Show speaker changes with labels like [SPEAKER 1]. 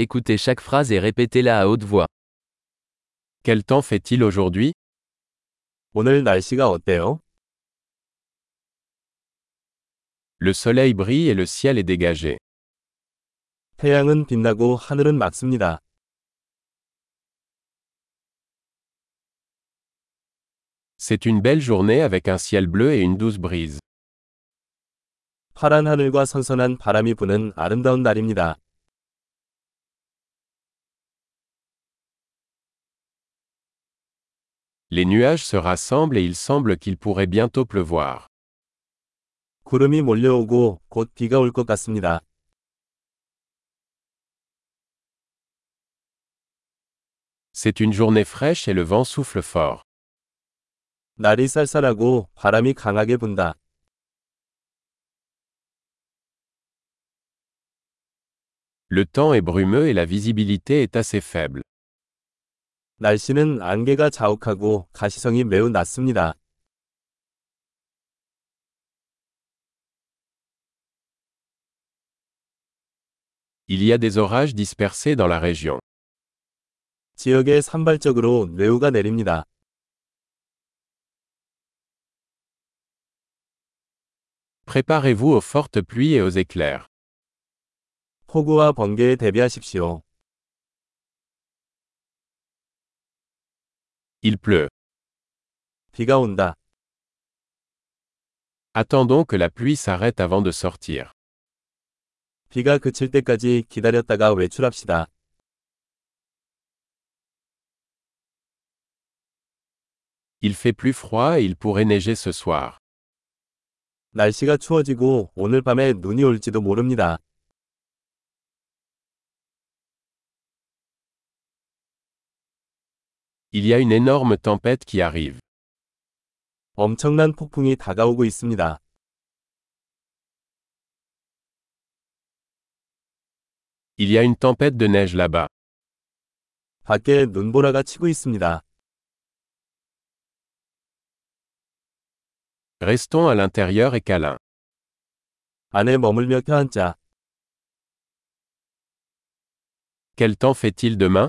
[SPEAKER 1] Écoutez chaque phrase et répétez-la à haute voix. Quel temps fait-il aujourd'hui
[SPEAKER 2] 오늘 날씨가 어때요?
[SPEAKER 1] Le soleil brille et le ciel est dégagé.
[SPEAKER 2] 태양은 빛나고 하늘은 맑습니다.
[SPEAKER 1] C'est une belle journée avec un ciel bleu et une douce brise.
[SPEAKER 2] 파란 하늘과 선선한 바람이 부는 아름다운 날입니다.
[SPEAKER 1] Les nuages se rassemblent et il semble qu'il pourrait bientôt pleuvoir.
[SPEAKER 2] 구름이 몰려오고 곧 비가 올 것 같습니다.
[SPEAKER 1] C'est une journée fraîche et le vent souffle fort.
[SPEAKER 2] 날이 쌀쌀하고 바람이 강하게 분다.
[SPEAKER 1] Le temps est brumeux et la visibilité est assez faible.
[SPEAKER 2] 날씨는 안개가 자욱하고 가시성이 매우 낮습니다.
[SPEAKER 1] Il y a des orages dispersés dans la région.
[SPEAKER 2] 지역에 산발적으로 뇌우가 내립니다.
[SPEAKER 1] Préparez-vous aux fortes pluies et aux éclairs.
[SPEAKER 2] 폭우와 번개에 대비하십시오.
[SPEAKER 1] Il pleut.
[SPEAKER 2] 비가 온다.
[SPEAKER 1] Attendons que la pluie s'arrête avant de sortir.
[SPEAKER 2] 비가 그칠 때까지 기다렸다가 외출합시다.
[SPEAKER 1] Il fait plus froid et il pourrait neiger ce soir.
[SPEAKER 2] 날씨가 추워지고 오늘 밤에 눈이 올지도 모릅니다.
[SPEAKER 1] Il y a une énorme tempête qui arrive.
[SPEAKER 2] 엄청난 폭풍이 다가오고 있습니다.
[SPEAKER 1] Il y a une tempête de neige là-bas.
[SPEAKER 2] 밖에 눈보라가 치고 있습니다.
[SPEAKER 1] Restons à l'intérieur et câlin.
[SPEAKER 2] 안에 머물며 껴앉자.
[SPEAKER 1] Quel temps fait-il demain